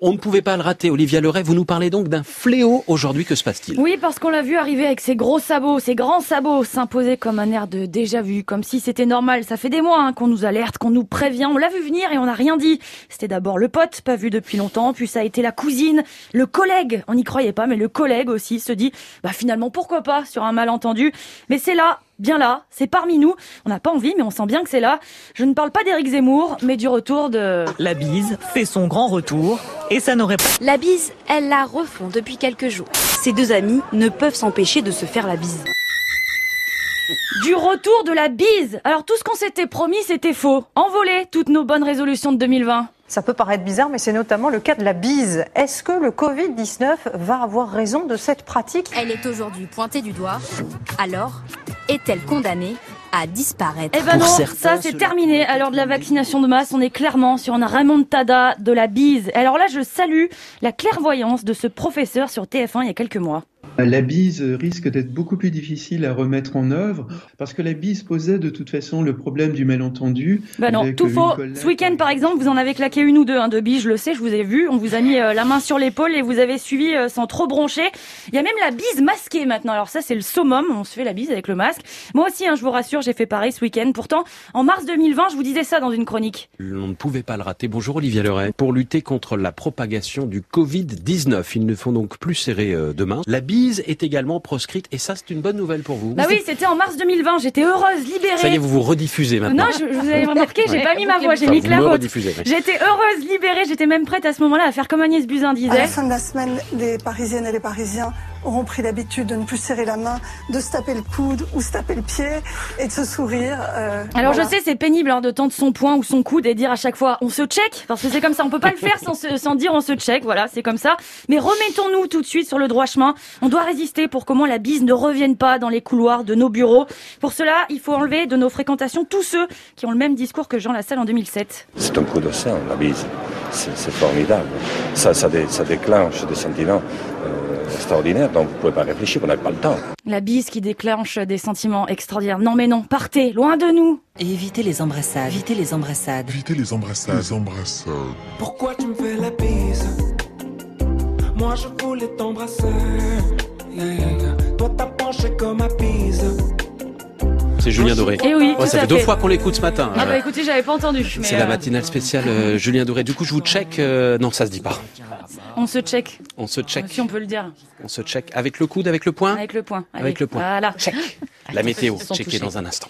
On ne pouvait pas le rater, Olivia Leray. Vous nous parlez donc d'un fléau aujourd'hui. Que se passe-t-il Oui, parce qu'on l'a vu arriver avec ses gros sabots, ses grands sabots, s'imposer comme un air de déjà-vu, comme si c'était normal. Ça fait des mois hein, qu'on nous alerte, qu'on nous prévient. On l'a vu venir et on n'a rien dit. C'était d'abord le pote, pas vu depuis longtemps, puis ça a été la cousine, le collègue. On n'y croyait pas, mais le collègue aussi se dit, bah finalement pourquoi pas sur un malentendu. Mais c'est là, bien là, c'est parmi nous. On n'a pas envie, mais on sent bien que c'est là. Je ne parle pas d'Éric Zemmour, mais du retour de. La bise fait son grand retour et ça n'aurait pas... La bise, elle la refond depuis quelques jours. Ces deux amis ne peuvent s'empêcher de se faire la bise. Du retour de la bise Alors tout ce qu'on s'était promis, c'était faux. Envolé toutes nos bonnes résolutions de 2020. Ça peut paraître bizarre, mais c'est notamment le cas de la bise. Est-ce que le Covid-19 va avoir raison de cette pratique Elle est aujourd'hui pointée du doigt. Alors, est-elle condamnée à disparaître Eh ben Pour non, certains, ça c'est cela terminé. peut être Alors de la vaccination de masse, on est clairement sur un Tada de la bise. Alors là, je salue la clairvoyance de ce professeur sur TF1 il y a quelques mois. La bise risque d'être beaucoup plus difficile à remettre en œuvre parce que la bise posait de toute façon le problème du malentendu. Bah non, avec tout une faux. collègue- Ce week-end, par exemple, vous en avez claqué une ou deux hein, de billes, je le sais, je vous ai vu. On vous a mis euh, la main sur l'épaule et vous avez suivi euh, sans trop broncher. Il y a même la bise masquée maintenant. Alors ça, c'est le summum. On se fait la bise avec le masque. Moi aussi, hein, je vous rassure, j'ai fait pareil ce week-end. Pourtant, en mars 2020, je vous disais ça dans une chronique. On ne pouvait pas le rater. Bonjour Olivia Leray. Pour lutter contre la propagation du Covid-19, il ne faut donc plus serrer euh, de main. La bise est également proscrite et ça, c'est une bonne nouvelle pour vous. Bah oui, c'était en mars 2020. J'étais heureuse, libérée. Ça y est, vous vous rediffusez maintenant. Non, je, je vous avez remarqué, Ah, j'ai Ouais. pas mis ma voix, j'ai Enfin, mis vous que la me vôtre. rediffusez. oui. J'étais heureuse, libérée, j'étais même prête à ce moment-là à faire comme Agnès Buzyn À la Ah, disait. fin de la semaine, les Parisiennes et les Parisiens auront pris l'habitude de ne plus serrer la main, de se taper le coude ou se taper le pied et de se sourire. euh, Alors voilà. je sais, c'est pénible hein, de tendre son poing ou son coude et dire à chaque fois on se check, parce que c'est comme ça, on peut pas le faire sans, se- sans dire on se check, voilà, c'est comme ça. Mais remettons-nous tout de suite sur le droit chemin. On doit résister pour comment la bise ne revienne pas dans les couloirs de nos bureaux. Pour cela, il faut enlever de nos fréquentations tous ceux qui ont le même discours que Jean Lassalle en 2007. C'est un coup de sein, la bise. C'est c'est formidable. Ça, ça, dé- ça déclenche des sentiments euh, extraordinaires dont vous ne pouvez pas réfléchir, vous n'avez pas le temps. La bise qui déclenche des sentiments extraordinaires. Non mais non, partez, loin de nous. Et éviter les embrassades. Éviter les embrassades. Évitez les embrassades. Pourquoi tu me fais la bise Moi je voulais t'embrasser. Yeah, yeah, yeah. Toi t'as penché comme un bise. C'est Julien Doré. Eh oui, Oh, tout ça à fait deux fait. fois qu'on l'écoute ce matin. Ah Euh, bah écoutez, j'avais pas entendu. mais, C'est la euh, matinale spéciale euh, Julien Doré. Du coup, je vous check. euh, non, ça se dit pas. On se check, On se check. Ah, si on peut le dire, On se check avec le coude, avec le poing, avec le point. avec le poing. Voilà. Check. La météo, Ils se sont checkée touchés. dans un instant.